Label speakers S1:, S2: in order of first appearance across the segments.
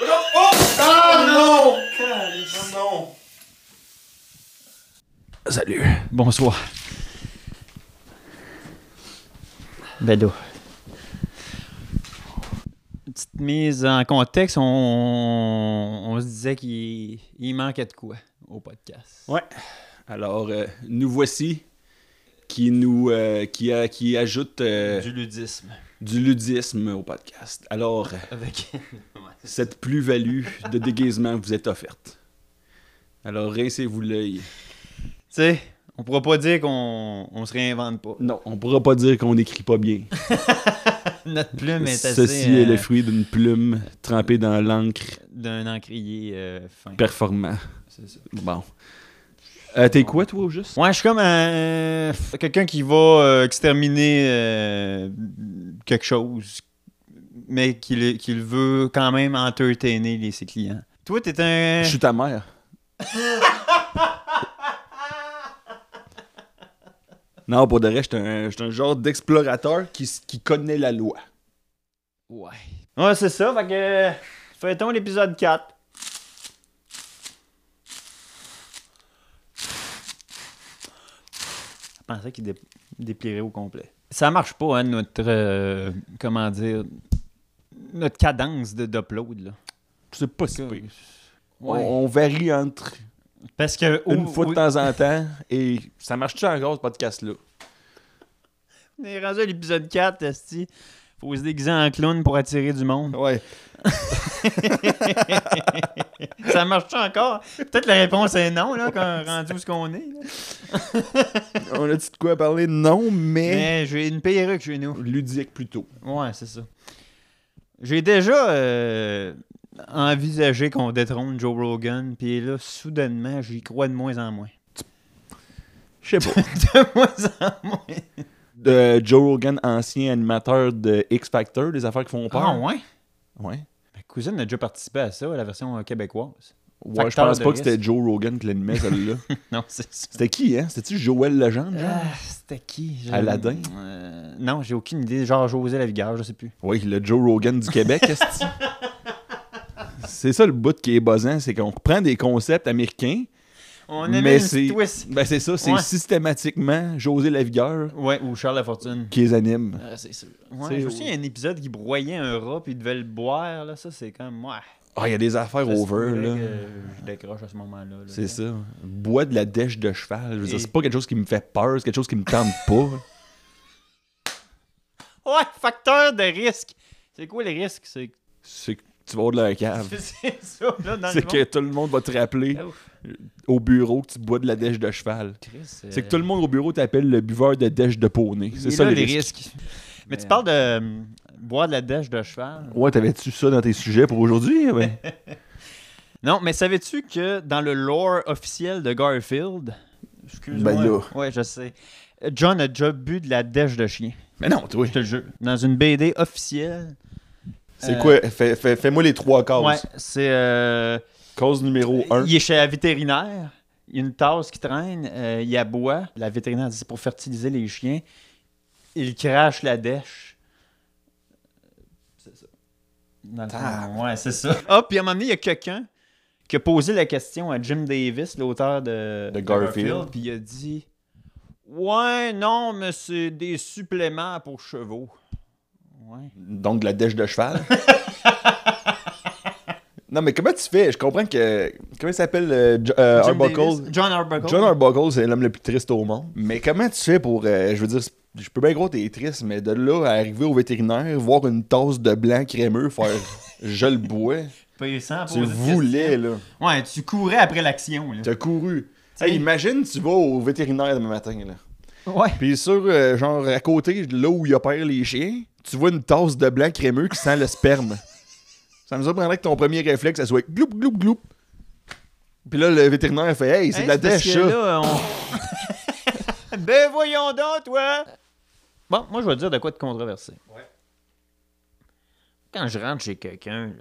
S1: Oh! Ah non! Ah non!
S2: Salut. Bonsoir. Bédo. Petite mise en contexte, on, on se disait qu'il il manquait de quoi au podcast.
S3: Ouais. Alors, euh, nous voici qui nous euh, qui, a- qui ajoute euh,
S2: Du ludisme.
S3: du ludisme au podcast. Alors,
S2: Avec...
S3: cette plus-value de déguisement vous est offerte. Alors, rincez-vous l'œil.
S2: tu sais, on pourra pas dire qu'on on se réinvente pas.
S3: Non, on pourra pas dire qu'on n'écrit pas bien.
S2: Notre plume est assez...
S3: Ceci est
S2: euh,
S3: le fruit d'une plume trempée dans l'encre
S2: D'un encrier euh, fin.
S3: performant.
S2: C'est ça.
S3: Bon. Euh, T'es quoi, toi, au juste?
S2: Ouais, je suis comme euh, quelqu'un qui va euh, exterminer euh, quelque chose, mais qu'il qu'il veut quand même entertainer les, ses clients. Toi, t'es un.
S3: Je suis ta mère. non, pour de vrai, j'étais un, j'étais un genre d'explorateur qui, s- qui connaît la loi.
S2: Ouais. Ouais, c'est ça, fait que. Faites-on l'épisode 4. Je pensais qu'il dé- déplierait au complet. Ça marche pas, hein, notre. euh, comment dire. Notre cadence de- d'upload, là.
S3: C'est pas si pire. On,
S2: Ouais.
S3: on varie entre
S2: Parce que.
S3: une
S2: au-
S3: fois de
S2: au-
S3: temps en temps et ça marche-tu encore, ce podcast-là?
S2: On est rendu à l'épisode 4, Esti. Faut se déguiser en clown pour attirer du monde.
S3: Ouais.
S2: Ça marche-tu encore? Peut-être la réponse est non, là, quand rendu où ce qu'on est. là.
S3: on a-tu de quoi parler? Non, mais...
S2: Mais j'ai une perruque chez nous.
S3: Ludique, plutôt.
S2: Ouais, c'est ça. J'ai déjà euh, envisagé qu'on détrône Joe Rogan, puis là, soudainement, j'y crois de moins en moins.
S3: Je sais pas.
S2: De moins en moins.
S3: de Joe Rogan, ancien animateur de X Factor, les affaires qui font peur.
S2: Ah ouais?
S3: Ouais.
S2: Ma cousine a déjà participé à ça, à la version euh, québécoise.
S3: Ouais, je
S2: Facteur
S3: pense
S2: de
S3: pas que c'était
S2: risque.
S3: Joe Rogan qui l'animait, celle-là.
S2: Non, c'est ça.
S3: c'était qui, hein? C'était-tu Joël Legendre, genre?
S2: Ah, C'était qui? Je-
S3: Aladdin?
S2: Euh, non, j'ai aucune idée. Genre José Lavigueur, je sais plus.
S3: Oui, le Joe Rogan du Québec, esti. C'est ça le bout qui est buzzant, c'est qu'on reprend des concepts américains.
S2: On
S3: Mais
S2: avait une
S3: c'est-
S2: petite twist.
S3: Ben c'est ça, c'est
S2: Ouais.
S3: systématiquement José Lavigueur
S2: Ouais, ou Charles Lafortune.
S3: qui les anime.
S2: Ouais, Ah, c'est sûr.
S3: C'est-
S2: aussi, il y a un épisode qui broyait un rat puis il devait le boire. Là, ça, c'est comme. Ouais.
S3: Ah, il y a des affaires
S2: Ça se
S3: over,
S2: pourrait
S3: là.
S2: que Je décroche à ce moment-là. là.
S3: C'est ça. Bois de la dèche de cheval. Je veux dire,
S2: Et-
S3: c'est pas quelque chose qui me fait peur, c'est quelque chose qui me tente pas.
S2: Ouais, facteur de risque. C'est quoi le risque? C'est
S3: C'est que tu vas avoir de la cave.
S2: c'est ça, là, dans
S3: Ah, C'est
S2: le
S3: que tout le monde va te rappeler
S2: Ah, ouf.
S3: au bureau que tu bois de la dèche de cheval.
S2: Euh.
S3: C'est que tout le monde au bureau t'appelle le buveur de dèche de poney. C'est ça les risques.
S2: risques. Mais tu parles de euh, boire de la dèche de cheval.
S3: Ouais, t'avais-tu ça dans tes sujets pour aujourd'hui?
S4: Ben,
S3: Ouais.
S2: Non, mais savais-tu que dans le lore officiel de Garfield, excuse-moi,
S3: Ben là.
S2: ouais, je sais, John a déjà bu de la dèche de chien.
S3: Mais non, toi.
S2: Je te le jure. Dans une BD officielle.
S3: C'est
S2: Euh,
S3: quoi? Fais- fais- Fais-moi les trois causes.
S2: Ouais, Euh, c'est. euh,
S3: Cause numéro un.
S2: Il est chez la vétérinaire. Il y a une tasse qui traîne. euh, il aboie. La vétérinaire dit c'est pour fertiliser les chiens. Il crache la dèche. C'est ça. Dans le fond, ouais, c'est ça. Ah, puis à un moment donné, il y a quelqu'un qui a posé la question à Jim Davis, l'auteur de,
S3: De Garfield.
S2: Puis il a dit Ouais, non, mais c'est des suppléments pour chevaux. Ouais.
S3: Donc, de la dèche de cheval. non, mais comment tu fais? Je comprends que. Comment il s'appelle? euh, Jo- euh,
S2: Jim
S3: Arbuckle?
S2: Davis- John Arbuckle.
S3: John Arbuckle, c'est l'homme le plus triste au monde. Mais comment tu fais pour. euh, je veux dire, c'est- je peux bien gros, t'es triste, mais de là à arriver au vétérinaire, voir une tasse de blanc crémeux, faire. Je le bois.
S2: Paysan,
S3: Tu
S2: pose une
S3: voulais, là.
S2: question. Ouais, tu courais après l'action. là.
S3: T'as couru.
S2: Tu sais,
S3: Hey, imagine, tu vas au vétérinaire demain matin, là.
S2: Ouais.
S3: Puis sur, euh, genre, à côté, là où il opère les chiens, tu vois une tasse de blanc crémeux qui sent le sperme. ça me surprendrait que ton premier réflexe, ça soit gloup, gloup, gloup. Puis là, le vétérinaire fait Hey, c'est
S2: Hein,
S3: de la
S2: parce
S3: dèche,
S2: que
S3: ça.
S2: là, on- ben voyons donc, toi! Bon, moi, je vais te dire de quoi de controversé. Quand je rentre chez quelqu'un, là...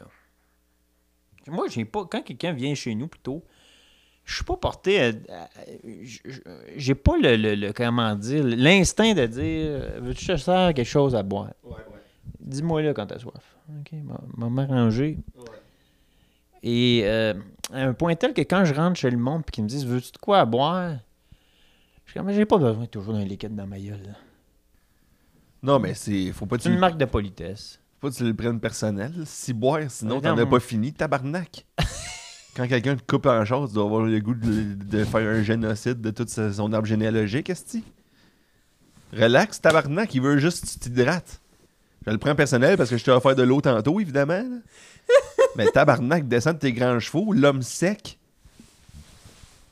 S2: Moi, j'ai pas... Quand quelqu'un vient chez nous, plutôt, je suis pas porté à... à- je- je- J'ai pas le, le- le- Comment dire? L'instinct de dire... Veux-tu que je te sers quelque chose à boire? Dis-moi là quand t'as soif. OK, m'a m'a m'arranger. Et euh, à un point tel que quand je rentre chez le monde et qu'ils me disent Veux-tu de quoi à boire Je suis comme Mais J'ai pas besoin de toujours d'un liquide dans ma gueule. là.
S3: Non, mais c'est. Faut pas que
S2: C'est
S3: tu,
S2: une marque de politesse.
S3: faut pas que tu le prennes personnel. Si boire, sinon
S2: Ouais,
S3: t'en
S2: non.
S3: as pas fini, tabarnak. Quand quelqu'un te coupe en chasse, tu dois avoir le goût de, de faire un génocide de toute sa- son arbre généalogique, est Relax, tabarnak, il veut juste que tu t'hydrates. Je le prends personnel parce que je t'ai offert de l'eau tantôt, évidemment. là. mais tabarnak, descends de tes grands chevaux, l'homme sec.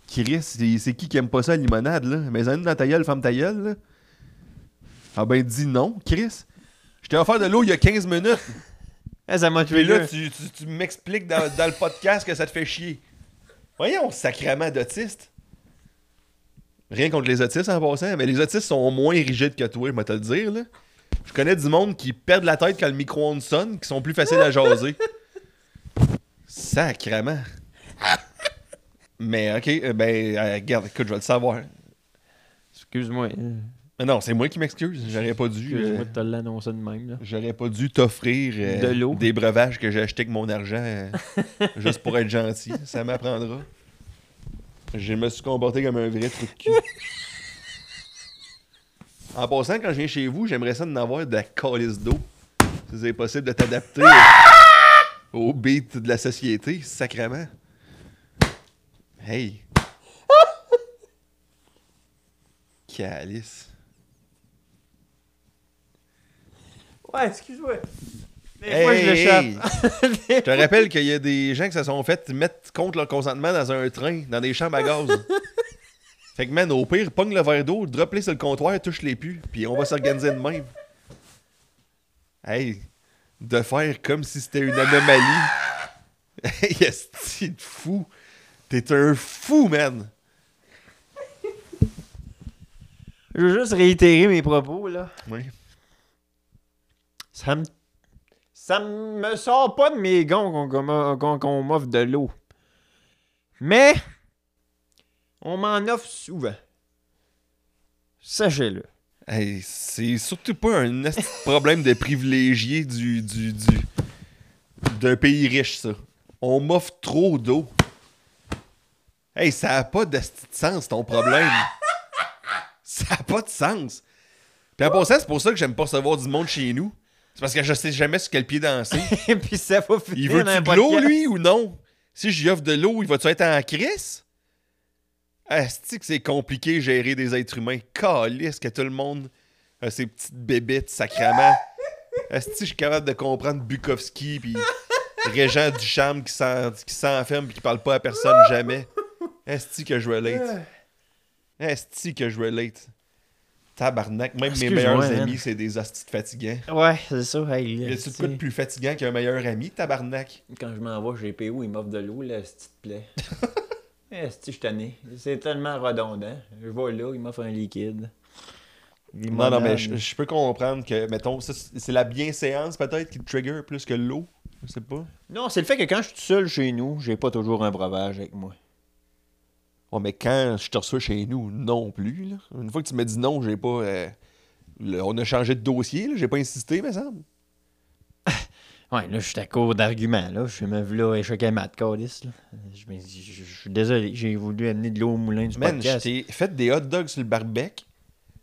S3: Chris, c'est c'est qui qui aime pas ça, la limonade, là? Mais en dans ta gueule, ferme ta gueule, là. Ah ben, dis non, Chris. Je t'ai offert de l'eau il y a 15 minutes.
S2: Ah, ça m'a
S3: Puis
S2: tué
S3: là,
S2: là.
S3: tu, tu- tu m'expliques dans, dans le podcast que ça te fait chier. Voyons, sacrament d'autiste. Rien contre les autistes en passant, mais les autistes sont moins rigides que toi, je vais te le dire. Là. Je connais du monde qui perdent la tête quand le micro-ondes sonne, qui sont plus faciles à jaser. Sacrament. Mais ok, euh, ben, euh, regarde, écoute, je vais le savoir.
S2: Excuse-moi.
S3: Mais non, c'est moi qui m'excuse, j'aurais pas dû. euh,
S2: Excuse-moi de te l'annoncer de même. Là.
S3: J'aurais pas dû t'offrir euh,
S2: De l'eau.
S3: des breuvages que j'ai achetés avec mon argent euh, juste pour être gentil. Ça m'apprendra. Je me suis comporté comme un vrai trou de cul. En passant, quand je viens chez vous, j'aimerais ça d'en avoir de la calice d'eau. Si c'est possible de t'adapter au- au beat de la société, sacrément. Hey! Calice.
S2: Ouais, excuse-moi. Des
S3: Hey,
S2: fois, je l'échappe.
S3: hey. Je te rappelle qu'il y a des gens qui se sont fait mettre contre leur consentement dans un train, dans des chambres à gaz. fait que, man, au pire, pogne le verre d'eau, drop-les sur le comptoir, touche-les plus, puis on va s'organiser de même. Hey, de faire comme si c'était une anomalie. hey, esti de fou. T'es un fou, man.
S2: Je veux juste réitérer mes propos, là.
S3: Oui.
S2: Ça me... Ça me sort pas de mes gonds qu'on- qu'on m'a- qu'on qu'on m'offre de l'eau. Mais... On m'en offre souvent. Sachez-le.
S3: Hey, c'est surtout pas un esti de problème de privilégié du, du, du- d'un pays riche, ça. On m'offre trop d'eau. Hey, ça a pas de esti de sens, ton problème. ça a pas de sens. Puis en passant, c'est pour ça que j'aime pas recevoir du monde chez nous. C'est parce que je sais jamais sur quel pied danser.
S2: Et puis ça va finir
S3: Il veut
S2: dans un
S3: de l'eau,
S2: podcast.
S3: lui, ou non? Si j'y offre de l'eau, il va-tu être en crise? Asti que c'est compliqué gérer des êtres humains. Calisse que tout le monde a ses petites bébites sacrament. Asti, je suis capable de comprendre Bukowski puis Régent Duchamp qui s'en- qui s'enferme puis qui parle pas à personne jamais. Asti que je relate. Asti que je relate. Tabarnak, même mes
S2: Excuse-moi,
S3: meilleurs
S2: man.
S3: amis, c'est des astis de fatigants.
S2: Ouais, c'est ça. Hey,
S3: Y
S2: là,
S3: a-tu de quoi de
S2: tu
S3: plus fatigant qu'un meilleur ami, tabarnak?
S2: sais, Quand je m'en vais chez PO, il m'offre de l'eau, là, si tu te plaît. Eh, si je suis tanné. C'est tellement redondant. Je vais là, il m'offre un liquide.
S3: Non, non, mais je, je peux comprendre que, mettons, ça, c'est c'est la bienséance peut-être qui te trigger plus que l'eau. Je sais pas.
S2: Non, c'est le fait que quand je suis tout seul chez nous, j'ai pas toujours un breuvage avec moi.
S3: Ouais, mais quand je te reçois chez nous, non plus. Là. Une fois que tu me dis non, j'ai pas. euh, le- on a changé de dossier, là, j'ai pas insisté, me semble.
S2: Ouais, là, je suis à court d'arguments, là. Je suis même là, échec à mat, calice, là. Je me dis- je- je suis désolé, j'ai voulu amener de l'eau au moulin du
S3: Man, je
S2: podcast.
S3: t'ai fait des hot dogs sur le barbecue.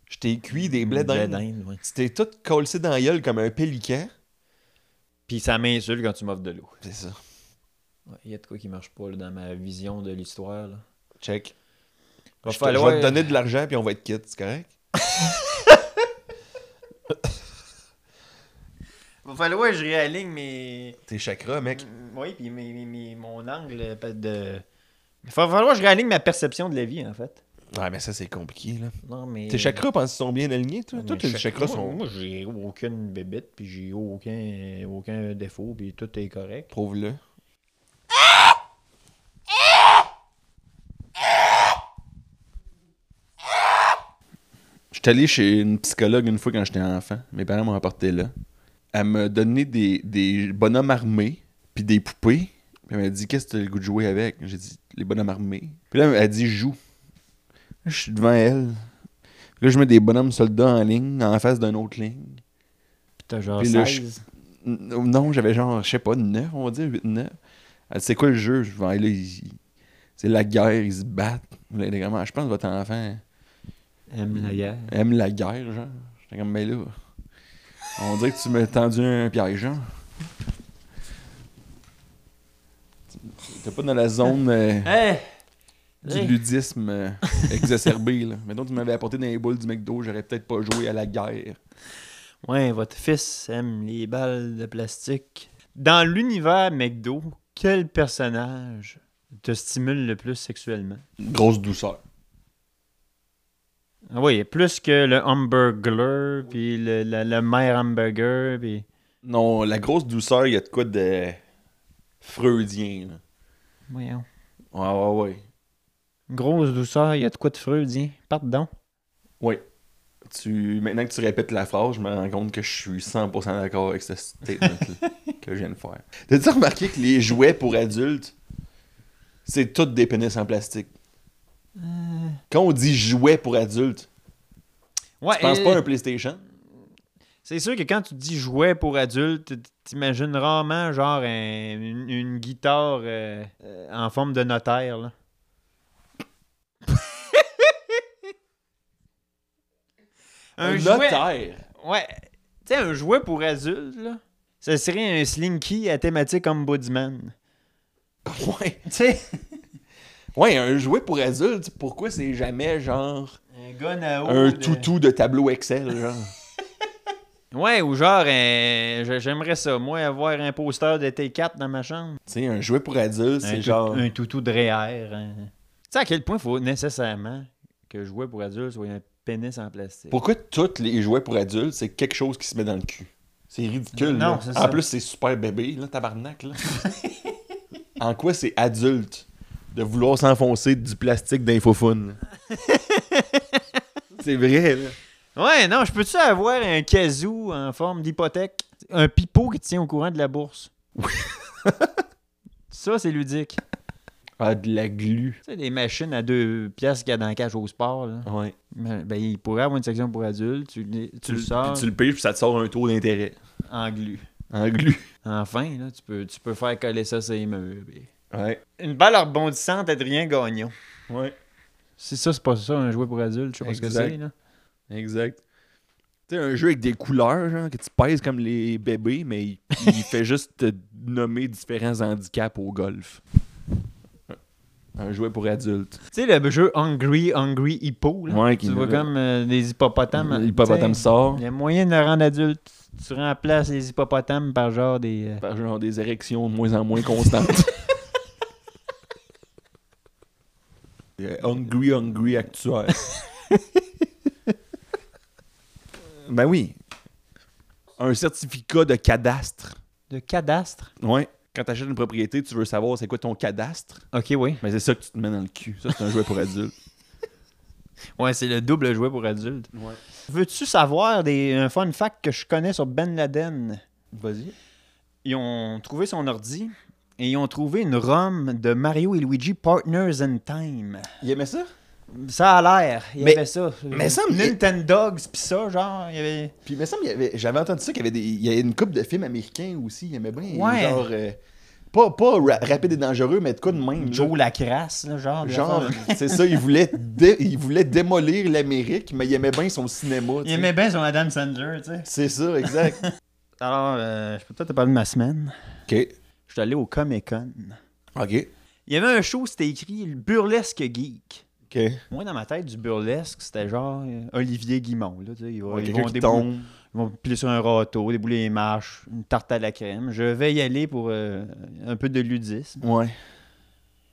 S3: Je t'ai cuit des blés
S2: Blé
S3: d'Inde.
S2: d'Inde, ouais.
S3: Tu t'es tout colsé dans la gueule comme un pélican.
S2: Puis ça m'insulte quand tu m'offres de l'eau.
S3: C'est ça.
S2: Il y a de quoi qui marche pas, là, dans ma vision de l'histoire, là.
S3: Check.
S2: Va
S3: je, te-
S2: falloir-
S3: je vais te donner de l'argent puis on va être quitte, c'est correct?
S2: Va falloir que je réaligne mes...
S3: Tes chakras, mec.
S2: Mm, Oui, puis mes- mes- mes- mon angle euh, pa- de. Il va falloir que je réaligne ma perception de la vie, en fait.
S3: Ouais, mais ça, c'est compliqué, là.
S2: Non, mais.
S3: Tes chakras, penses qu'ils sont bien alignés, toi?
S2: Ah, Mais
S3: Toi, tes
S2: chaque-
S3: chakras
S2: moi-
S3: sont.
S2: Moi, j'ai aucune bébête, puis j'ai aucun, aucun défaut, puis tout est correct.
S3: Prouve-le. Je suis allé chez une psychologue une fois quand j'étais enfant. Mes parents m'ont apporté là. Elle m'a donné des, des bonhommes armés, puis des poupées. Puis elle m'a dit Qu'est-ce que tu as le goût de jouer avec J'ai dit Les bonhommes armés. Puis là, elle a dit Joue. Là, Je suis devant elle. Puis Là, je mets des bonhommes soldats en ligne, en face d'une autre ligne.
S2: Puis t'as genre
S3: Puis là, je-
S2: 16.
S3: N- Non, j'avais genre, je sais pas, 9, on va dire 8, 9. Elle dit, c'est quoi le jeu? Je vais là, ils- ils- c'est la guerre, ils se battent. Là, elle est vraiment, je pense que votre enfant
S2: Aime la guerre.
S3: aime la guerre, genre. J'étais comme, ben là, on dirait que tu m'as tendu un piège, hein. genre. T'es pas dans la zone euh,
S2: Hey!
S3: du
S2: Hey!
S3: ludisme euh, exacerbé, là. Maintenant, tu m'avais apporté dans les boules du McDo, j'aurais peut-être pas joué à la guerre.
S2: Ouais, votre fils aime les balles de plastique. Dans l'univers McDo, quel personnage te stimule le plus sexuellement?
S3: Grosse douceur.
S2: Ah oui, plus que le hamburger, puis le, le, le maire hamburger, puis...
S3: Non, la grosse douceur, il y a de quoi de freudien. là.
S2: Voyons.
S3: Ouais, ouais, ouais.
S2: Grosse douceur, il y a de quoi de freudien. Pardon.
S3: Oui. Tu... Maintenant que tu répètes la phrase, je me rends compte que je suis 100% d'accord avec ce statement que je viens de faire. T'as-tu remarqué que les jouets pour adultes, c'est toutes des pénis en plastique?
S2: Euh.
S3: Quand on dit jouets pour adultes,
S2: Ouais,
S3: tu penses
S2: euh,
S3: pas à un PlayStation?
S2: C'est sûr que quand tu dis jouet pour adulte, t- t'imagines rarement genre un- une, une guitare euh, euh, en forme de notaire. Là. un jouet,
S3: notaire?
S2: ouais, tu sais un jouet pour adulte là, ça serait un slinky à thématique ombudsman.
S3: Ouais.
S2: Tu sais,
S3: ouais, un jouet pour adultes, pourquoi c'est jamais genre
S2: un gun à eau.
S3: un
S2: de-
S3: toutou de tableau Excel? genre?
S2: Ouais, ou genre un- je- j'aimerais ça moi avoir un poster de T4 dans ma chambre.
S3: tu sais, un jouet pour adultes,
S2: un,
S3: c'est
S2: tout-
S3: genre.
S2: un toutou de REER. hein. Tu sais à quel point il faut nécessairement que jouer pour adulte soit un pénis en plastique.
S3: Pourquoi tous les jouets pour adultes, c'est quelque chose qui se met dans le cul? C'est ridicule.
S2: Non,
S3: là.
S2: c'est
S3: en
S2: ça.
S3: plus, c'est super bébé, là, tabarnak. Là. en quoi c'est adulte de vouloir s'enfoncer du plastique d'infofoun? c'est vrai, là.
S2: Ouais, non, je peux-tu avoir un casou en forme d'hypothèque? Un pipeau qui tient au courant de la bourse. Ça, c'est ludique.
S3: Ah, de la glu.
S2: Tu sais, les machines à deux pièces qu'il y a dans la cage au sport, là.
S3: Ouais.
S2: Ben, ben, il pourrait avoir une section pour adultes. Tu, le- tu le sors
S3: puis tu le payes, puis ça te sort un taux d'intérêt.
S2: en glu.
S3: En glu.
S2: Enfin, là, tu peux, tu peux faire coller ça sur les meubles.
S3: Ouais.
S2: Une balle rebondissante, Adrien Gagnon.
S3: Ouais.
S2: Si ça, c'est pas ça, un jouet pour adulte, je sais pas ce que
S3: Exact.
S2: c'est. là.
S3: Exact. Tu sais, un jeu avec des couleurs, genre, que tu pèses comme les bébés, mais il, il fait juste te nommer différents handicaps au golf. Un jouet pour adultes.
S2: Tu sais, le jeu Hungry, Hungry Hippo, là,
S3: Ouais,
S2: tu
S3: qui-
S2: vois comme euh, des hippopotames.
S3: L'hippopotame
S2: tu sais,
S3: sort.
S2: Il y a moyen de le rendre adulte. Tu remplaces les hippopotames par genre des. euh,
S3: Par genre des érections de moins en moins constantes. Euh, hungry, hungry actuel. ben oui. Un certificat de cadastre.
S2: de cadastre.
S3: Ouais. Quand t'achètes une propriété, tu veux savoir c'est quoi ton cadastre.
S2: Ok, oui.
S3: Mais c'est ça que tu te mets dans le cul. Ça, c'est un jouet pour adultes.
S2: Ouais, c'est le double jouet pour adulte. Veux-tu savoir des, un fun fact que je connais sur Ben Laden?
S3: Vas-y.
S2: Ils ont trouvé son ordi et ils ont trouvé une ROM de Mario et Luigi Partners in Time.
S3: Il aimait ça?
S2: Ça a l'air. Il y
S3: Mais-
S2: avait ça.
S3: mais ça me-
S2: Nintendo Dogs, pis ça, genre, il y avait.
S3: Puis, il me semble, il y avait- j'avais entendu ça qu'il y avait, des, il y avait une coupe de films américains aussi. Il aimait bien.
S2: Ouais.
S3: Genre. euh, pas pas ra- rapide et dangereux, mais de quoi de même. là.
S2: Joe la crasse, là, genre.
S3: Genre,
S2: de-
S3: c'est ça, il voulait, dé- il voulait démolir l'Amérique, mais il aimait bien son cinéma. tu
S2: Il
S3: sais.
S2: aimait bien son Adam Sandler, tu sais.
S3: C'est ça, exact.
S2: Alors, euh, je peux peut-être te parler de ma semaine.
S3: ok.
S2: Je suis allé au Comic Con.
S3: Ok.
S2: Il y avait un show, c'était écrit le Burlesque Geek.
S3: Ok.
S2: Moi, dans ma tête, du burlesque, c'était genre euh, Olivier Guimond. Là, tu sais, ils vont, ils
S3: Quelqu'un
S2: vont
S3: qui
S2: débou-
S3: tombe.
S2: ils vont piler sur un râteau, débouler les marches, une tarte à la crème. Je vais y aller pour euh, un peu de ludisme.
S3: Ouais.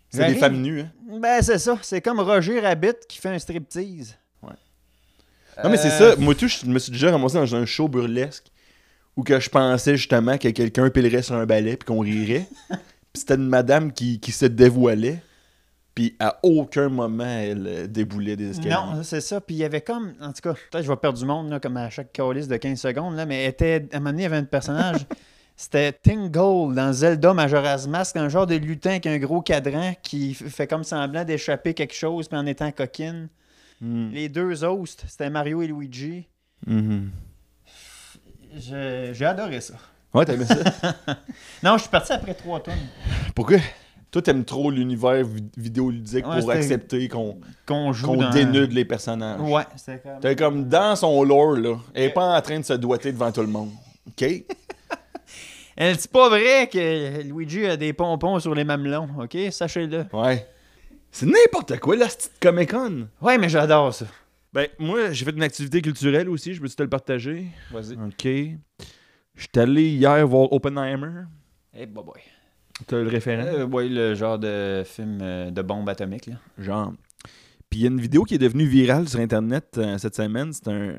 S3: C'est des
S2: J'arrive.
S3: femmes nues, hein.
S2: Ben, c'est ça. C'est comme Roger Rabbit qui fait un striptease.
S3: Non, mais c'est
S2: Euh,
S3: ça. Moi, tout, je me suis déjà ramassé dans un show burlesque où que je pensais justement que quelqu'un pilerait sur un balai puis qu'on rirait. puis c'était une madame qui, qui se dévoilait. Puis à aucun moment, elle euh, déboulait des escaliers.
S2: Non, euh, c'est ça. Puis il y avait comme, en tout cas, peut-être que je vais perdre du monde, là, comme à chaque calice de 15 secondes, là, mais elle était, à un moment donné, il y avait un personnage, c'était Tingle dans Zelda Majora's Mask, un genre de lutin avec un gros cadran qui f- fait comme semblant d'échapper quelque chose, mais en étant coquine.
S3: Mm.
S2: Les deux hosts, c'était Mario et Luigi.
S3: Mhm.
S2: Je- J'ai adoré ça.
S3: Ouais, t'aimais ça?
S2: Non, je suis parti après trois tonnes.
S4: Pourquoi? Toi, t'aimes trop l'univers vi- vidéoludique
S2: Ouais,
S4: pour
S2: c'était-
S4: accepter qu'on
S2: Qu'on joue
S4: qu'on
S2: dans...
S4: dénude les personnages.
S2: Ouais, c'était comme...
S4: T'es comme dans son lore, là. Elle est pas en train de se doiter devant tout le monde. OK?
S2: Elle dit pas vrai que Luigi a des pompons sur les mamelons, ok? Sachez-le.
S4: Ouais. C'est n'importe quoi, la petite Comic-Con.
S2: Ouais, mais j'adore ça.
S4: Ben, moi, j'ai fait une activité culturelle aussi. Je peux te le partager?
S2: Vas-y.
S4: OK. J'étais allé hier voir Oppenheimer.
S2: Eh, bah, boy.
S4: T'as le référent?
S2: Euh, ouais, le genre de film euh, de bombe atomique, là.
S4: Genre. Puis il y a une vidéo qui est devenue virale sur Internet euh, cette semaine. C'est un.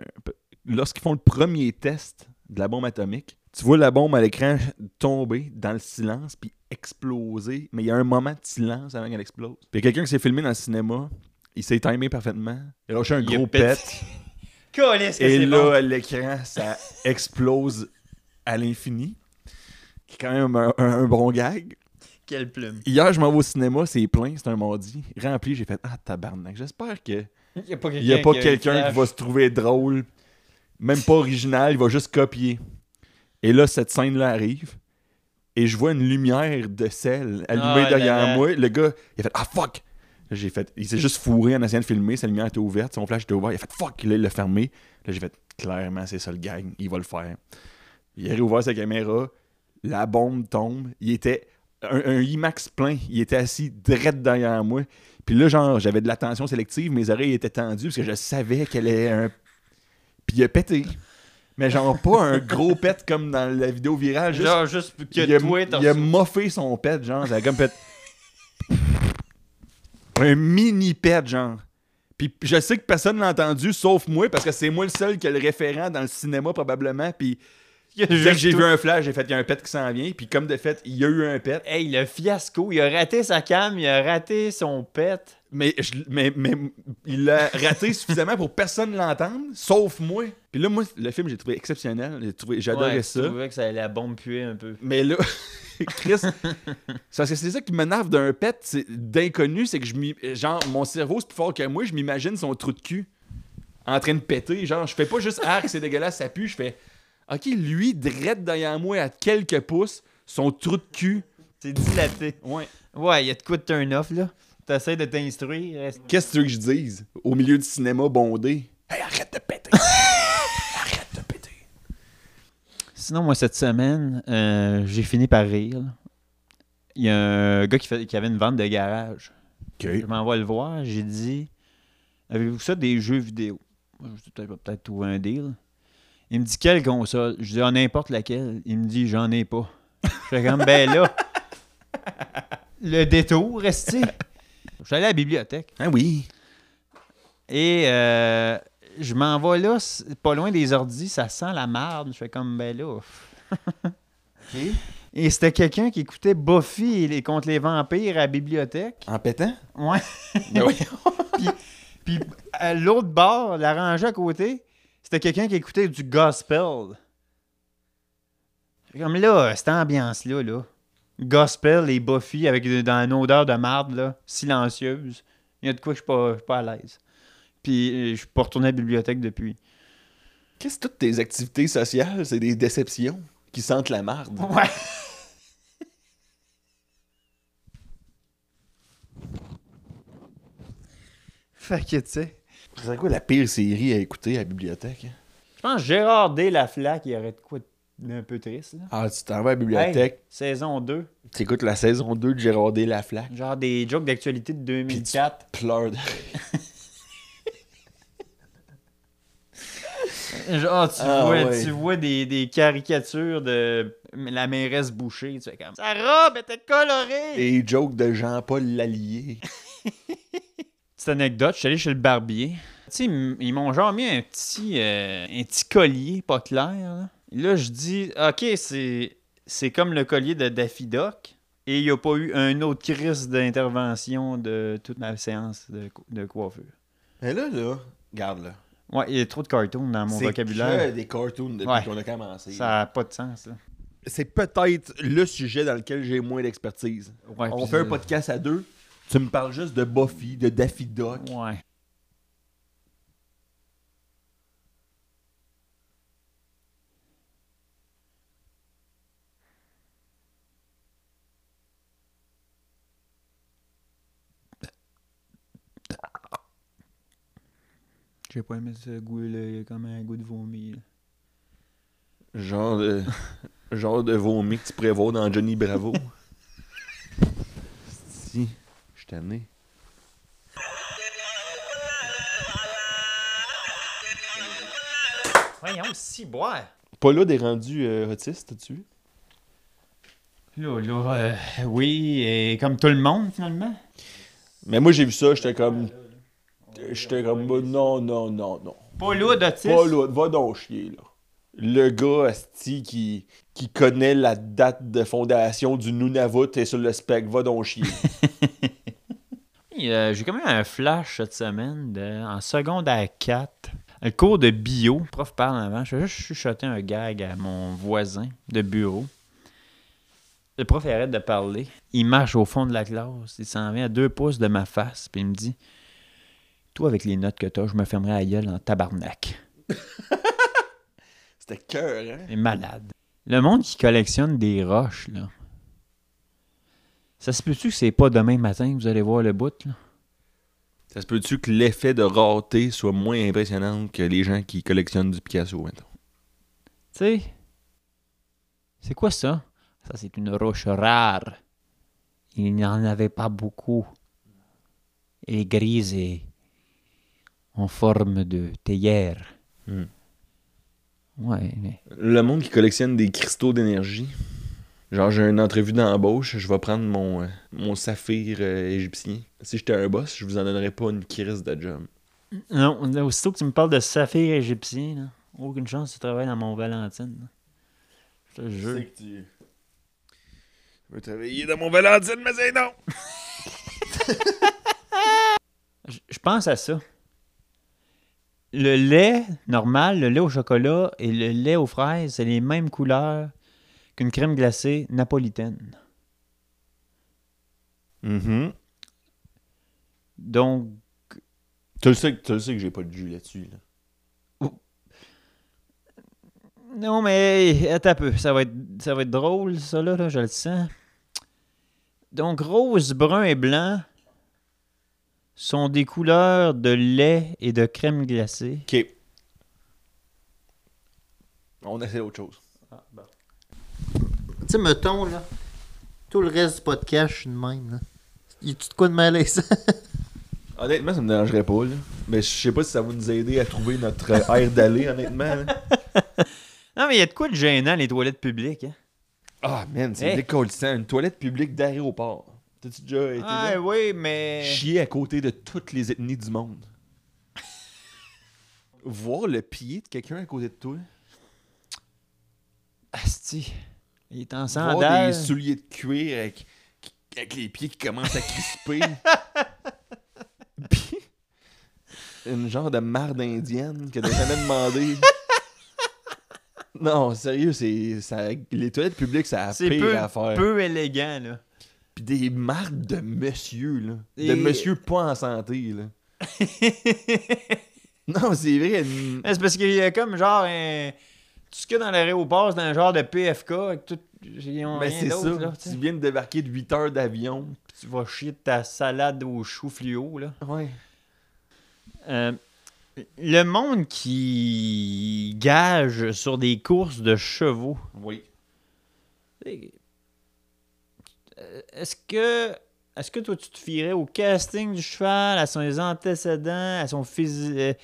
S4: Lorsqu'ils font le premier test de la bombe atomique, tu vois la bombe à l'écran tomber dans le silence puis exploser. Mais il y a un moment de silence avant qu'elle explose. Puis il y a quelqu'un qui s'est filmé dans le cinéma. Il s'est timé parfaitement. Il a lâché un
S2: Il
S4: gros
S2: a pété.
S4: pet.
S2: Calisse que
S4: Et
S2: c'est
S4: là,
S2: bon.
S4: à l'écran, ça explose à l'infini. Qui est quand même un, un- un bon gag.
S2: Quelle plume.
S4: Hier, je m'en vais au cinéma, c'est plein, c'est un mardi. Rempli, j'ai fait Ah, tabarnak, j'espère que
S2: Il n'y a pas
S4: il n'y a pas quelqu'un qui va se trouver drôle, même pas original, il va juste copier. Et là, cette scène-là arrive, et je vois une lumière de sel allumée
S2: Ah,
S4: derrière
S2: là, là.
S4: moi. Le gars, il a fait Ah fuck! Là, J'ai fait, il s'est juste fourré en essayant de filmer, sa lumière était ouverte, son flash était ouvert, il a fait fuck, là, il l'a fermé. Là, j'ai fait clairement, c'est ça le gang, il va le faire. Il a réouvert sa caméra, la bombe tombe, il était un, un IMAX plein, il était assis direct derrière moi. Puis là, genre, j'avais de l'attention sélective, mes oreilles étaient tendues parce que je savais qu'elle est un. Puis il a pété. Mais genre, pas un gros pet comme dans la vidéo virale. Juste,
S2: Genre, juste que
S4: il a,
S2: toi, t'as
S4: il a
S2: reçu-
S4: moffé son pet, genre, ça a comme fait. un mini pet, genre. Puis je sais que personne l'a entendu sauf moi parce que c'est moi le seul qui a le référent dans le cinéma probablement. Puis
S2: il a
S4: dès que
S2: juste
S4: j'ai
S2: tout-
S4: vu un flash, j'ai fait, il y a un pet qui s'en vient. Puis comme de fait, il y a eu un pet.
S2: Hey, le fiasco. Il a raté sa cam, il a raté son pet.
S4: Mais, je- mais, mais il l'a raté suffisamment pour personne l'entendre, sauf moi. Puis là, moi, le film, j'ai trouvé exceptionnel. J'ai trouvé- J'adorais
S2: Ouais,
S4: ça.
S2: Je trouvais que ça allait la bombe puer un peu.
S4: Mais là, Chris, c'est parce que c'est ça qui m'énerve d'un pet c'est- d'inconnu, c'est que je m'y- genre mon cerveau c'est plus fort que moi, je m'imagine son trou de cul en train de péter, genre je fais pas juste ah que c'est dégueulasse, ça pue, je fais OK, lui drette derrière moi à quelques pouces, son trou de cul.
S2: C'est dilaté.
S4: Ouais.
S2: Ouais, il y a de quoi de turn-off, là. T'essaies de t'instruire. reste-
S4: Qu'est-ce que tu veux que je dise au milieu du cinéma bondé Hey, arrête de péter. arrête de péter.
S2: Sinon, moi, cette semaine, euh, j'ai fini par rire. Il y a un gars qui, fait- qui avait une vente de garage. Je
S4: OK.
S2: m'en vais le voir. J'ai dit Avez-vous ça des jeux vidéo Moi, Je me suis dit, peut-être je vais peut-être trouver un deal. Il me dit Quelle console Je dis Ah, N'importe laquelle. Il me dit J'en ai pas. Je fais comme Ben là, le détour, restez. Je suis allé à la bibliothèque.
S4: Ah oui.
S2: Et euh, je m'en vais là, c'est pas loin des ordis, ça sent la marde. Je fais comme, ben là. pff. Et c'était quelqu'un qui écoutait Buffy et les- contre les vampires à la bibliothèque.
S4: En pétant
S2: Ouais.
S4: Ben oui.
S2: Puis à l'autre bord, la rangée à côté, c'était quelqu'un qui écoutait du gospel. Fait Comme là, cette ambiance-là, là. Gospel et Buffy avec de- dans une odeur de marde, là, silencieuse. Il y a de quoi que je suis pas, je suis pas à l'aise. Puis euh, je suis pas retourné à la bibliothèque depuis.
S4: Qu'est-ce que toutes tes activités sociales, c'est des déceptions qui sentent la marde
S2: Ouais. fait que, tu sais.
S4: C'est quoi la pire série à écouter à la bibliothèque? hein?
S2: Je pense que Gérard D. Laflaque, il aurait de quoi d'un peu triste. Là.
S4: Ah, tu t'en vas à la bibliothèque,
S2: Hey, saison 2.
S4: tu écoutes la saison 2 de Gérard D. Laflaque,
S2: Genre des jokes d'actualité de
S4: puis
S2: 2000.
S4: tu pleures. de-
S2: Genre, tu
S4: Ah,
S2: vois,
S4: ouais.
S2: tu vois des, des caricatures de la mairesse Boucher. Tu fais comme Sa robe était colorée.
S4: Les jokes de Jean-Paul Lallier.
S2: Petite anecdote, je suis allé chez le barbier. Tu sais, ils m- ils m'ont genre mis un petit, euh, un petit collier pas clair. Là, Et là, je dis, OK, c'est, c'est comme le collier de Daffy Doc. Et il n'y a pas eu un autre crise d'intervention de toute ma séance de, co- de coiffure.
S4: Mais là, là, regarde là.
S2: Ouais, il y a trop de cartoons dans mon
S4: C'est
S2: vocabulaire.
S4: que des cartoons depuis
S2: Ouais.
S4: qu'on a commencé.
S2: Ça n'a pas de sens. Là.
S4: C'est peut-être le sujet dans lequel j'ai moins d'expertise.
S2: Ouais,
S4: On
S2: puis,
S4: fait un
S2: euh,
S4: podcast à deux. Tu me parles juste de Buffy, de Daffy Duck.
S2: Ouais. J'ai pas aimé ce goût-là. Il y a comme un goût de vomi. là.
S3: Genre de, genre de vomi que tu pourrais voir dans Johnny Bravo. si, je suis tanné.
S2: Voyons, si, boire.
S3: Paul Hood est rendu euh, autiste, t'as-tu vu?
S2: Là, là, euh, oui, et comme tout le monde, finalement.
S3: Mais moi, j'ai vu ça, j'étais comme. J'étais comme, bah, non, non, non, non.
S2: Pas lourd d'autisme.
S3: Paul Hood, va donc chier, là. Le gars, Asti, qui, qui connaît la date de fondation du Nunavut et sur le spec, va donc chier.
S2: Oui, euh, J'ai quand même un flash cette semaine de- en seconde à 4. Un cours de bio. Le prof parle en avant. Je vais juste chuchoter un gag à mon voisin de bureau. Le prof il arrête de parler. Il marche au fond de la classe. Il s'en vient à deux pouces de ma face. Puis il me dit Toi, avec les notes que t'as, je me fermerai à gueule en tabarnak.
S3: C'était cœur, hein?
S2: Il est malade. Le monde qui collectionne des roches, là. Ça se peut-tu que c'est pas demain matin que vous allez voir le bout, là?
S3: Ça se peut-tu que l'effet de rareté soit moins impressionnant que les gens qui collectionnent du Picasso, maintenant?
S2: Tu sais, c'est quoi ça? Ça, c'est une roche rare. Il n'y en avait pas beaucoup. Elle est grise et en forme de théière.
S3: Hmm.
S2: Ouais, mais
S3: Le monde qui collectionne des cristaux d'énergie. Genre, j'ai une entrevue d'embauche, je vais prendre mon, euh, mon saphir euh, égyptien. Si j'étais un boss, je vous en donnerais pas une crise de job.
S2: non, là, aussitôt que tu me parles de saphir égyptien, là, aucune chance tu travailles dans mon Valentine. là. Je te jure.
S3: que tu. Je veux travailler dans mon Valentine, mais c'est non!
S2: Je je pense à ça. Le lait normal, le lait au chocolat et le lait aux fraises, c'est les mêmes couleurs qu'une crème glacée napolitaine.
S3: Mm-hmm.
S2: Donc,
S3: Tu le sais, que- tu le sais que j'ai pas de jus là-dessus. Là.
S2: non, mais attends un peu, ça va être, ça va être drôle, ça là, là, je le sens. Donc, rose, brun et blanc sont des couleurs de lait et de crème glacée.
S3: Ok. Ah, On essaie autre chose.
S1: Tu sais, mettons, là, tout le reste du podcast, je suis de même, là. Y a-tu de quoi de malaisant?
S3: Honnêtement, ça me dérangerait pas. Là. Mais je sais pas si ça va nous aider à trouver notre euh, air d'aller, honnêtement. là.
S2: Non, mais il y a de quoi de gênant, les toilettes publiques. Hein?
S3: Ah, man, c'est
S2: Hey.
S3: décollissant. Une toilette publique d'aéroport. T'as-tu déjà été là?
S2: Ah, oui, mais.
S3: Chier à côté de toutes les ethnies du monde. Voir le pied de quelqu'un à côté de toi.
S2: Asti. Il est en
S3: Voir
S2: sandales.
S3: des souliers de cuir avec, avec les pieds qui commencent à crisper. Puis, une genre de marde indienne que t'as jamais demandé. Non, sérieux, c'est ça, les toilettes publiques, ça a
S2: C'est
S3: pire
S2: peu,
S3: à faire.
S2: peu élégant, là.
S3: Puis des mardes de monsieur, là.
S2: Et-
S3: De monsieur pas en santé, là. Non, c'est vrai. une-
S2: c'est parce qu'il y a comme genre un... Tout ce qu'il y a dans l'aéroport, c'est un genre de PFK avec tout... Ils ont
S3: Mais
S2: rien
S3: Ben, c'est ça.
S2: d'autre, là, tu
S3: tu
S2: sais.
S3: viens de débarquer de 8 heures d'avion.
S2: Puis tu vas chier de ta salade au chou fluo, là.
S3: Ouais.
S2: Euh, le monde qui gage sur des courses de chevaux,
S3: Oui.
S2: Euh, Est-ce que. Est-ce que toi, tu te fierais au casting du cheval, à ses antécédents, à son physi- euh,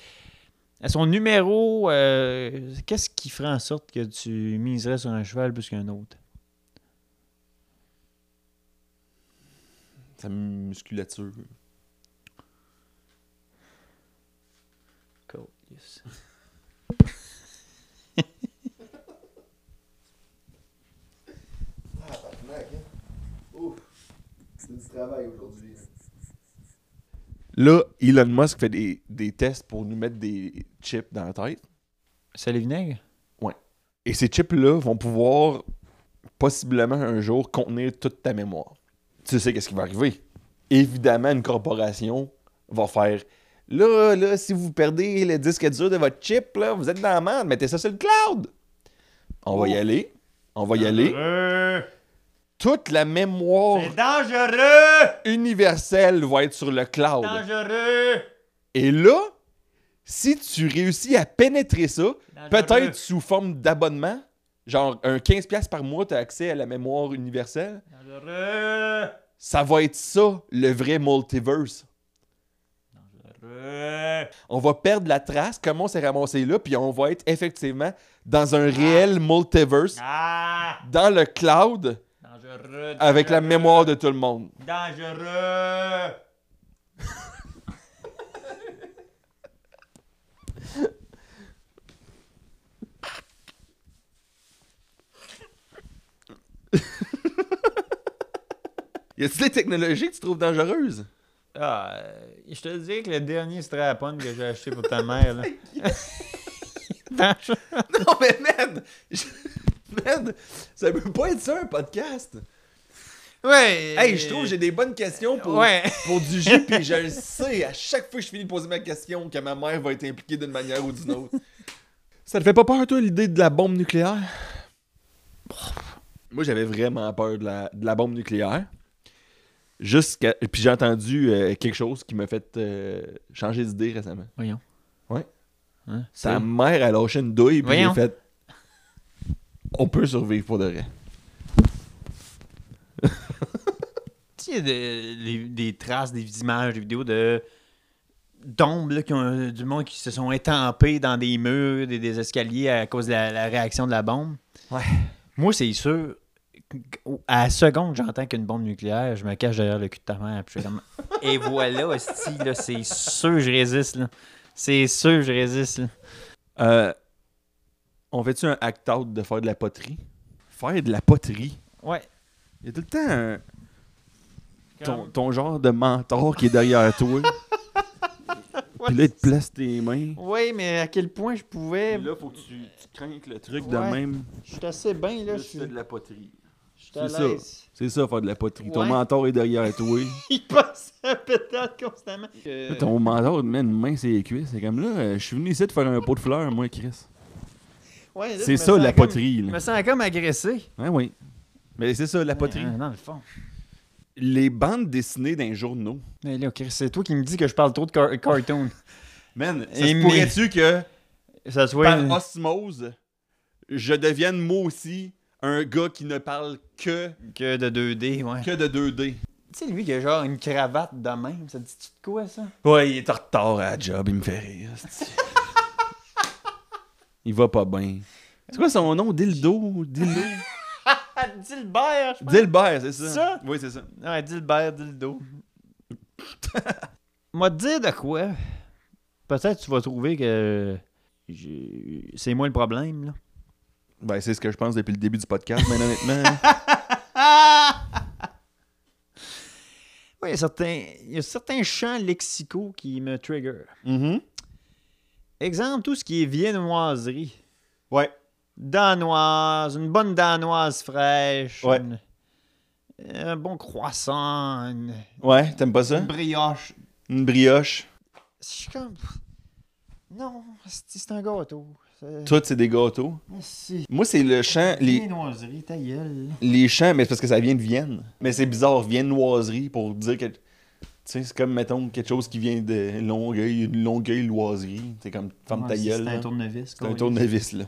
S2: à son numéro euh, Qu'est-ce qui ferait en sorte que tu miserais sur un cheval plus qu'un autre
S3: Sa musculature.
S1: C'est du travail aujourd'hui.
S3: Là, Elon Musk fait des, des tests pour nous mettre des chips dans la tête.
S2: C'est les vinaigres
S3: Et ces chips-là vont pouvoir possiblement un jour contenir toute ta mémoire. Tu sais qu'est-ce qui va arriver. Évidemment, une corporation va faire Là, là, si vous perdez le disque dur de votre chip, là, vous êtes dans la merde, mettez ça sur le cloud. On va y aller. On
S2: Ah.
S3: va y aller. Toute la mémoire
S2: dangereux
S3: Oh. universelle va être sur le cloud.
S2: Dangereux
S3: Et là, Si tu réussis à pénétrer ça, peut-être sous forme d'abonnement, genre un 15$ par mois, tu as accès à la mémoire universelle,
S2: Dangereux.
S3: ça va être ça, le vrai multiverse.
S2: Dangereux.
S3: On va perdre la trace, comment on s'est ramassé là, puis on va être effectivement dans un réel multiverse,
S2: Ah!
S3: dans le cloud,
S2: Dangereux.
S3: avec la mémoire de tout le monde.
S2: Dangereux.
S3: Y a-t-il des technologies que tu trouves dangereuses?
S2: Ah, euh, je te dis que le dernier strap-on que j'ai acheté pour ta mère, là. Dangereux.
S3: Non, mais man! je- Man, ça peut pas être ça un podcast!
S2: Ouais.
S3: Hey, je trouve que j'ai des bonnes questions pour,
S2: Ouais.
S3: pour du jus, puis je le sais, à chaque fois que je finis de poser ma question, que ma mère va être impliquée d'une manière ou d'une autre. Ça te fait pas peur, toi, l'idée de la bombe nucléaire? Moi, j'avais vraiment peur de la, de la bombe nucléaire. Jusqu'à. Puis j'ai entendu euh, quelque chose qui m'a fait euh, changer d'idée récemment.
S2: Voyons.
S3: Ouais.
S2: Hein?
S3: Sa mère a lâché une douille, puis j'ai
S2: Voyons.
S3: fait. On peut survivre pour de vrai.
S2: Tu sais, de- les- des traces, des images, des vidéos de d'ombres là, qui ont- du monde qui se sont étampés dans des murs, des, des escaliers à cause de la, la réaction de la bombe.
S3: Ouais.
S2: Moi, c'est sûr, qu'au- à la seconde, j'entends qu'une bombe nucléaire, je me cache derrière le cul de ta mère. Puis je suis comme, et voilà, hostie, là, c'est sûr que je résiste. Là. C'est sûr que je résiste. Là.
S3: Euh, on fait-tu un act-out de faire de la poterie? Faire de la poterie?
S2: Ouais.
S3: Il y a tout le temps un- ton, ton genre de mentor qui est derrière toi. Puis là, il te place tes mains.
S2: Oui, mais à quel point je pouvais.
S3: faut que tu, craignes le truc
S2: de Ouais.
S3: même.
S2: Je suis assez bien, là. Je suis
S3: la poterie.
S2: je suis à
S3: c'est ça.
S2: l'aise.
S3: C'est ça, faire de la poterie. Ton
S2: Ouais.
S3: mentor est derrière toi.
S2: Il passe à pétale constamment.
S3: Là, Ton mentor te met une main sur les cuisses. C'est comme là, euh, je suis venu ici de faire un pot de fleurs, moi, Chris.
S2: Ouais, là, je
S3: C'est
S2: me
S3: ça,
S2: sens
S3: la
S2: comme-
S3: poterie.
S2: Je
S3: là.
S2: me sens comme agressé.
S3: Hein, oui. Mais c'est ça, la poterie.
S2: Ouais, Euh, dans le fond.
S3: Les bandes dessinées d'un journaux.
S2: Mais là, Chris, c'est toi qui me dis que je parle trop de car- cartoon.
S3: Man, ça
S2: Et
S3: se
S2: mais-
S3: pourrait-tu que
S2: Ça soit.
S3: par osmose, je devienne moi aussi un gars qui ne parle que,
S2: Que de 2D, ouais.
S3: que de 2D?
S2: Tu sais, lui qui a genre une cravate de même, ça te dit-tu de quoi, ça?
S3: Ouais, il est en retard à la job, il me fait rire. c'ti. il va pas bien. C'est quoi son nom? Dildo? Dildo?
S2: Ah, Dilbert, je pense.
S3: Dilbert, c'est ça?
S2: Ça?
S3: Oui, c'est ça.
S2: Ouais, Dilbert, Dildo. M'a dit de quoi? Peut-être tu vas trouver que. j'ai- C'est moi le problème, là.
S3: Ben, c'est ce que je pense depuis le début du podcast, mais honnêtement.
S2: Oui, il y a certains, il y a certains champs lexicaux qui me trigger.
S3: Mhm.
S2: Exemple, tout ce qui est viennoiserie.
S3: Ouais.
S2: Danoise, une bonne danoise fraîche.
S3: Ouais.
S2: une- un bon croissant, une,
S3: Ouais, t'aimes pas ça?
S2: une brioche.
S3: Une brioche.
S2: Je suis comme. Non, c'est c'est un gâteau. Euh, C'est-
S3: Tout, c'est des gâteaux.
S2: Merci.
S3: Moi, c'est le chant. Les...
S2: Viennoiserie, ta gueule.
S3: les chants, mais c'est parce que ça vient de Vienne. Mais c'est bizarre, viennoiserie pour dire que. Tu sais, c'est comme, mettons, quelque chose qui vient de Longueuil, une Longueuil-loiserie. C'est comme, ferme ta
S2: Ouais,
S3: gueule.
S2: C'est un
S3: là.
S2: tournevis.
S3: C'est un
S2: quoi.
S3: tournevis, là.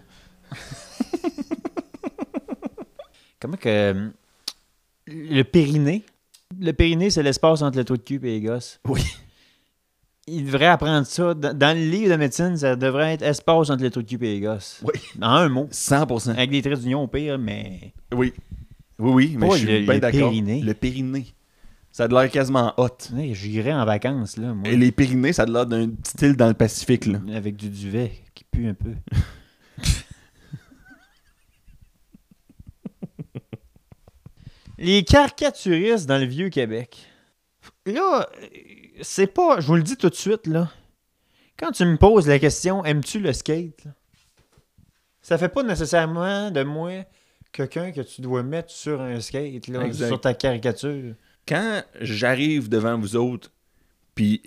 S2: Comment que. euh, Le périnée. Le périnée, c'est l'espace entre le trou de cul et les gosses.
S3: Oui.
S2: Il devrait apprendre ça. Dans dans le livre de médecine, ça devrait être espace entre le trou de cul et les gosses.
S3: Oui.
S2: En un mot.
S3: 100%.
S2: Avec des traits d'union au pire, mais.
S3: Oui. Oui, oui, mais
S2: Pas
S3: je
S2: le-
S3: suis bien
S2: le
S3: d'accord.
S2: Pyrénées.
S3: Le Pyrénées. Ça a de l'air quasiment hot.
S2: Tu sais, J'irais en vacances, là, moi.
S3: Et les Pyrénées, ça a de l'air d'un petit île dans le Pacifique, là.
S2: Avec du duvet qui pue un peu. Les caricaturistes dans le vieux Québec. Là, euh, c'est pas. Je vous le dis tout de suite, là. Quand tu me poses la question aimes-tu le skate là, Ça fait pas nécessairement de moi quelqu'un que tu dois mettre sur un skate, là,
S3: Exact.
S2: sur ta caricature.
S3: Quand j'arrive devant vous autres, puis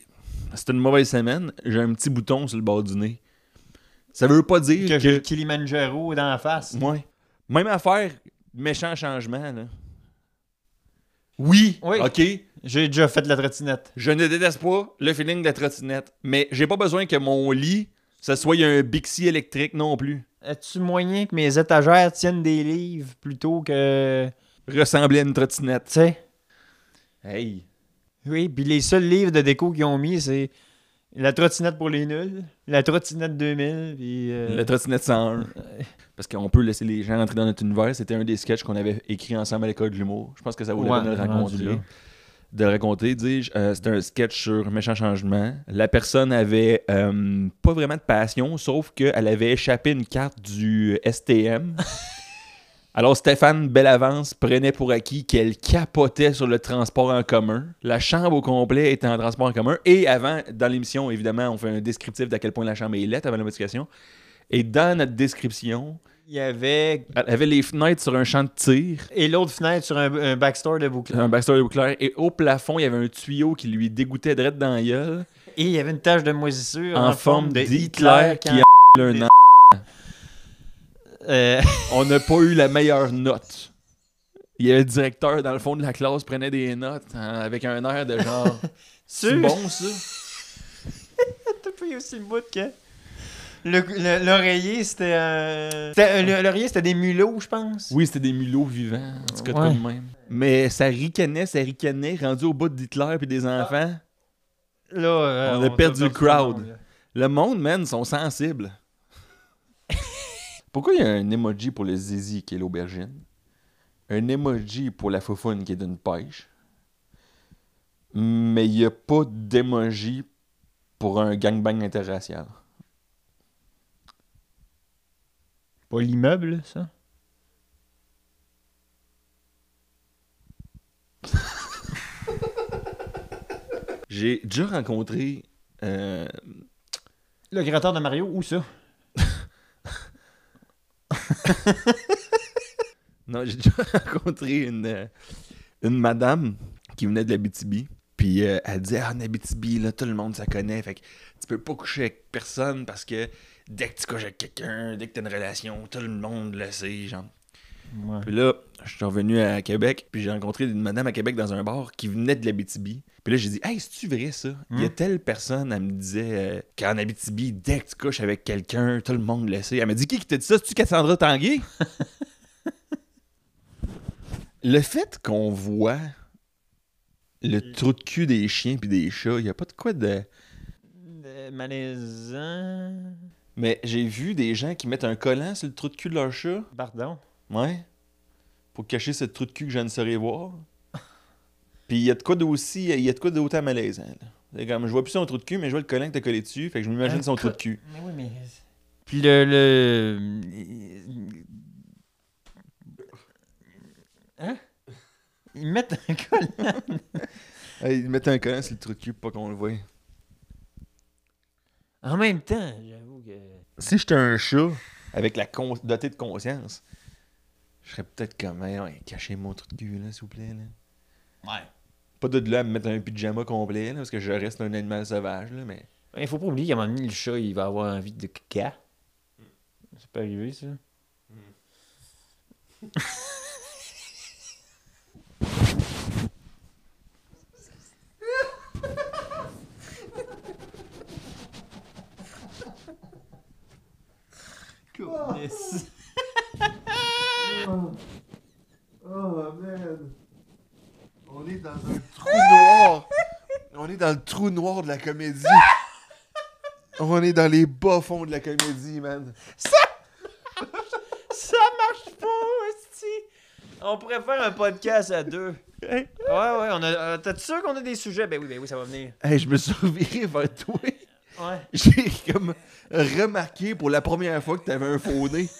S3: c'est une mauvaise semaine, j'ai un petit bouton sur le bord du nez. Ça veut pas dire
S2: Que
S3: que
S2: j'ai Kilimanjaro dans la face.
S3: Ouais. Même affaire, méchant changement, là.
S4: Oui,
S2: Oui.
S4: OK,
S2: J'ai déjà fait de la trottinette.
S4: je ne déteste pas le feeling de la trottinette, mais j'ai pas besoin que mon lit, ça soit un Bixi électrique non plus.
S2: As-tu moyen que mes étagères tiennent des livres plutôt que.
S4: Ressembler à une trottinette.
S2: Tu sais?
S4: Hey.
S2: Oui, puis les seuls livres de déco qu'ils ont mis, c'est La trottinette pour les nuls, La trottinette 2000, puis. euh,
S4: La trottinette 101. Parce qu'on peut laisser les gens entrer dans notre univers. C'était un des sketchs qu'on avait écrit ensemble à l'école de l'humour. Je pense que ça vaut
S2: Ouais,
S4: la peine de le raconter.
S2: rendu
S4: là.
S2: là.
S4: De le raconter, dis-je. Euh, C'était un sketch sur méchant changement. La personne avait euh, pas vraiment de passion, sauf qu'elle avait échappé une carte du STM. Alors Stéphane Bellavance prenait pour acquis qu'elle capotait sur le transport en commun. La chambre au complet était en transport en commun. Et avant, dans l'émission, évidemment, on fait un descriptif d'à quel point la chambre est laite avant la modification. Et dans notre description,
S2: Il y avait.
S4: elle avait les fenêtres sur un champ de tir,
S2: Et l'autre fenêtre sur un, un backstore de bouclier.
S4: un backstory au clair, et au plafond, il y avait un tuyau qui lui dégoûtait direct dans la gueule,
S2: Et il y avait une tache de moisissure
S4: en, forme de Hitler qui
S2: quand-
S4: a un an.
S2: Euh,
S4: On n'a pas eu la meilleure note. Il y avait le directeur dans le fond de la classe, prenait des notes hein, avec un air de genre C'est
S2: tu-
S4: bon ça?
S2: T'as payé aussi le bout que. Le- le- L'oreiller, c'était. euh, c'était- euh, le- L'oreiller, c'était des mulots, je pense.
S4: Oui, c'était des mulots vivants, en tout cas de quoi
S2: Ouais.
S4: de même. Mais ça ricanait, ça ricanait, rendu au bout d'Hitler puis des enfants.
S2: Là, euh,
S4: On a perdu le crowd.
S2: monde, là.
S4: Le monde, man, sont sensibles. Pourquoi il y a un emoji pour le zizi qui est l'aubergine? Un emoji pour la foufoune qui est d'une pêche? Mais il n'y a pas d'emoji pour un gangbang interracial.
S2: Pas l'immeuble, ça.
S4: J'ai déjà rencontré euh,
S2: Le gratteur de Mario, où ça
S4: Non, j'ai déjà rencontré une, euh, une madame qui venait de l'Abitibi. Puis euh, elle disait Ah, en Abitibi, là, tout le monde ça connaît. Fait que tu peux pas coucher avec personne parce que dès que tu couches avec quelqu'un, dès que t'as une relation, tout le monde le sait. Genre.
S2: Ouais.
S4: Puis là, je suis revenu à Québec, puis j'ai rencontré une madame à Québec dans un bar qui venait de l'Abitibi. Puis là, j'ai dit Hey, c'est-tu vrai ça Il y a
S2: Hmm.
S4: telle personne, elle me disait euh, qu'en Abitibi, dès que tu couches avec quelqu'un, tout le monde le sait. Elle m'a dit Qui qui t'a dit ça C'est-tu Cassandra Tanguay Le fait qu'on voit le trou de cul des chiens puis des chats, il y a pas de quoi de.
S2: Euh, malaisant.
S4: Mais j'ai vu des gens qui mettent un collant sur le trou de cul de leur chat.
S2: Pardon.
S4: Ouais. Pour cacher ce trou de cul que je ne saurais voir. Puis il y a de quoi d'aussi, il y a de quoi d'autant malaisant. là. C'est comme, je vois plus son trou de cul, mais je vois le collant que t'as collé dessus, fait que je m'imagine son trou de cul.
S2: Mais oui, mais. Puis le. le... Hein Ils mettent un collant.
S4: ils mettent un collant sur le trou de cul pour pas qu'on le voie.
S2: En même temps, j'avoue que.
S4: Si j'étais un chat avec la con- doté de conscience, je serais peut-être comme, Hey, ouais, cachez mon trou de cul, là, s'il vous plaît. Là.
S2: Ouais.
S4: Pas de là à me mettre un pyjama complet, là, parce que je reste un animal sauvage, là, mais.
S2: Il faut pas oublier qu'à un moment donné, le chat, il va avoir envie de caca. C'est pas arrivé, ça. Yes.
S3: Oh. oh man. On est dans un trou noir.
S4: On est dans le trou noir de la comédie. On est dans les bas fonds de la comédie, man.
S2: Ça marche pas, aussi. On pourrait faire un podcast à deux. Ouais, ouais, on a. euh, T'es sûr qu'on a des sujets? Ben oui, ben oui, ça va venir.
S4: Hey, je me suis reviré vers toi.
S2: Ouais.
S4: J'ai comme remarqué pour la première fois que t'avais un faux nez.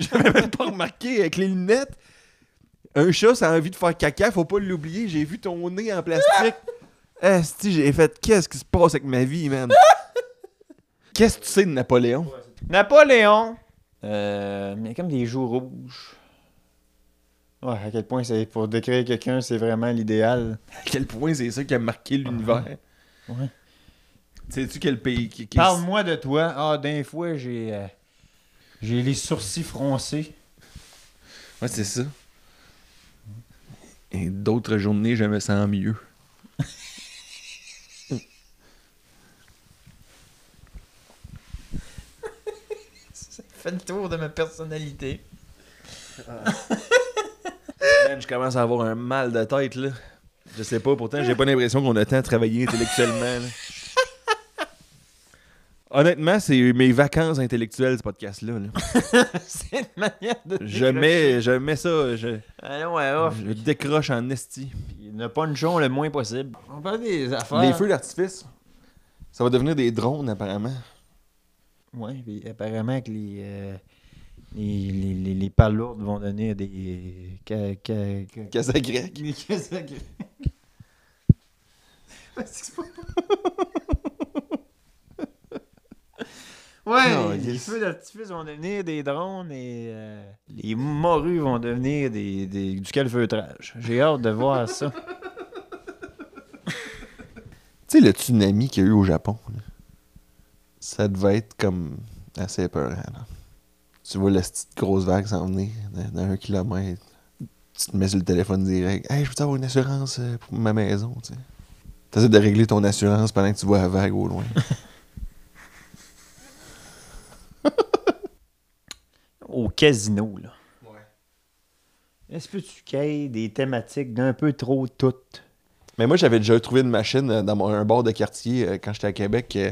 S4: J'avais même pas remarqué avec les lunettes. Un chat, ça a envie de faire caca, faut pas l'oublier. J'ai vu ton nez en plastique. Esti, j'ai fait qu'est-ce qui se passe avec ma vie, man. Qu'est-ce que tu sais de Napoléon?
S2: Napoléon. Euh, il y a comme des joues rouges. Ouais, à quel point c'est pour décrire quelqu'un, c'est vraiment l'idéal.
S4: À quel point c'est ça qui a marqué l'univers?
S2: Ouais.
S3: Ah.
S4: Sais-tu quel pays qui, qui-
S2: Parle-moi de toi. Ah, d'un fois, j'ai euh, j'ai les sourcils froncés.
S4: Ouais, c'est ça. Et
S3: Ben, d'autres journées, je me sens mieux.
S2: Ça fait le tour de ma personnalité.
S3: Man, je commence à avoir un mal de tête, là. Je sais pas, pourtant, j'ai pas l'impression qu'on a tant travaillé intellectuellement. là. Honnêtement, c'est mes vacances intellectuelles, ce podcast-là. là.
S2: C'est une manière de.
S3: Je,
S2: décrocher.
S3: mets, je mets ça, je,
S2: Allons à off.
S3: je décroche en esti.
S2: Puis ne punchons le moins possible. On parle des affaires.
S3: Les feux d'artifice, ça va devenir des drones, apparemment.
S2: Ouais, puis apparemment que les, euh, les, les, les, les palourdes vont donner des. euh, ca- ca- ca-
S3: Casa grecque.
S2: Les Kazakhs. Mais c'est pas- Ouais,
S3: Non,
S2: les
S3: il-
S2: feux d'artifice vont devenir des drones et euh, les morues vont devenir des, des- du calfeutrage. J'ai hâte de voir ça.
S3: Tu sais, le tsunami qu'il y a eu au Japon, là, ça devait être comme assez peurant. là. Tu vois la petite grosse vague s'en venir dans- dans un kilomètre. Tu te mets sur le téléphone direct. Hey, je veux avoir une assurance euh, pour ma maison. Tu essaies de régler ton assurance pendant que tu vois la vague au loin.
S2: Au casino, là. Est-ce que tu cailles des thématiques d'un peu trop toutes?
S3: Mais moi, j'avais déjà trouvé une machine euh, dans mon- un bar de quartier euh, quand j'étais à Québec. euh,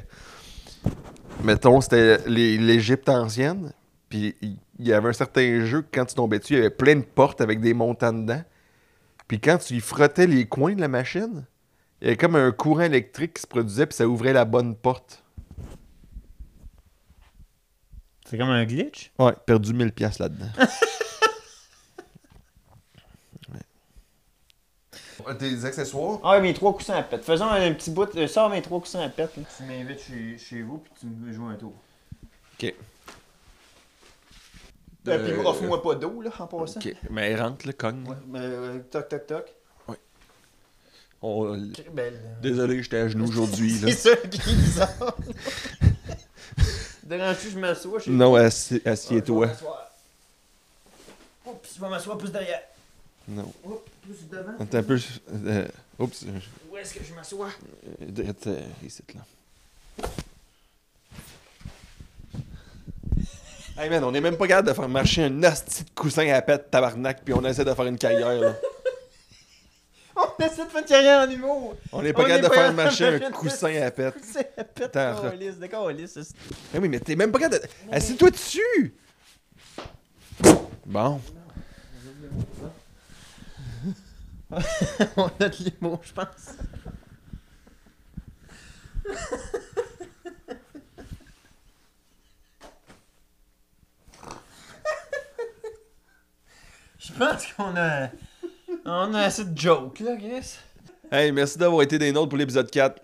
S3: mettons, c'était les- l'Égypte ancienne. Puis il il y avait un certain jeu que quand tu tombais dessus, il y avait plein de portes avec des montants dedans. Puis quand tu y frottais les coins de la machine, il y avait comme un courant électrique qui se produisait, puis ça ouvrait la bonne porte.
S2: C'est comme un glitch?
S3: Ouais, perdu 1000 pièces là-dedans. Ouais. Tes accessoires?
S2: Ah, mes trois coussins à pète. Faisons un petit bout. de- Sors mes trois coussins à pète. là. Tu m'invites chez, chez vous puis tu me joues un tour.
S3: Ok.
S2: Euh, puis
S3: Euh,
S2: offre-moi pas d'eau, là, en passant.
S3: Ok, mais rentre, le cogne.
S2: Ouais, mais, euh, toc, toc, toc.
S3: On-
S2: Très belle.
S3: Désolé, j'étais à genoux aujourd'hui. là.
S2: C'est ça qui est bizarre. Dérange-tu, je m'assois chez
S3: Non,
S2: Ah,
S3: assi-
S2: je vais
S3: assieds-toi.
S2: m'asseoir. Oups, je vais m'asseoir plus derrière.
S3: Non.
S2: Oups, plus devant.
S3: Attends un peu. euh, oups. euh,
S2: Où est-ce que je m'assois?
S3: direct, euh, ici, là. Hey man, on est même pas capable de faire marcher un asti de coussin à pète tabarnak, puis on essaie de faire une carrière. là.
S2: On essaie de faire Oh, une carrière en humour.
S3: On est pas
S2: On est
S3: capable de
S2: pas
S3: faire
S2: capable
S3: marcher
S2: de faire
S3: un
S2: une
S3: coussin à pète.
S2: C'est la pète
S3: Attends,
S2: qu'on lisse. D'accord, on lisse. c'est-
S3: Eh oui, mais t'es même pas capable de. Assieds-toi dessus! Bon.
S2: On a de l'humour, je pense. Je pense qu'on a. On a assez de jokes, là, Chris.
S3: Hey, merci d'avoir été des nôtres pour l'épisode 4.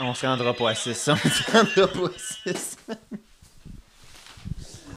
S2: On se rendra pas à 600. On se rendra pas à 600.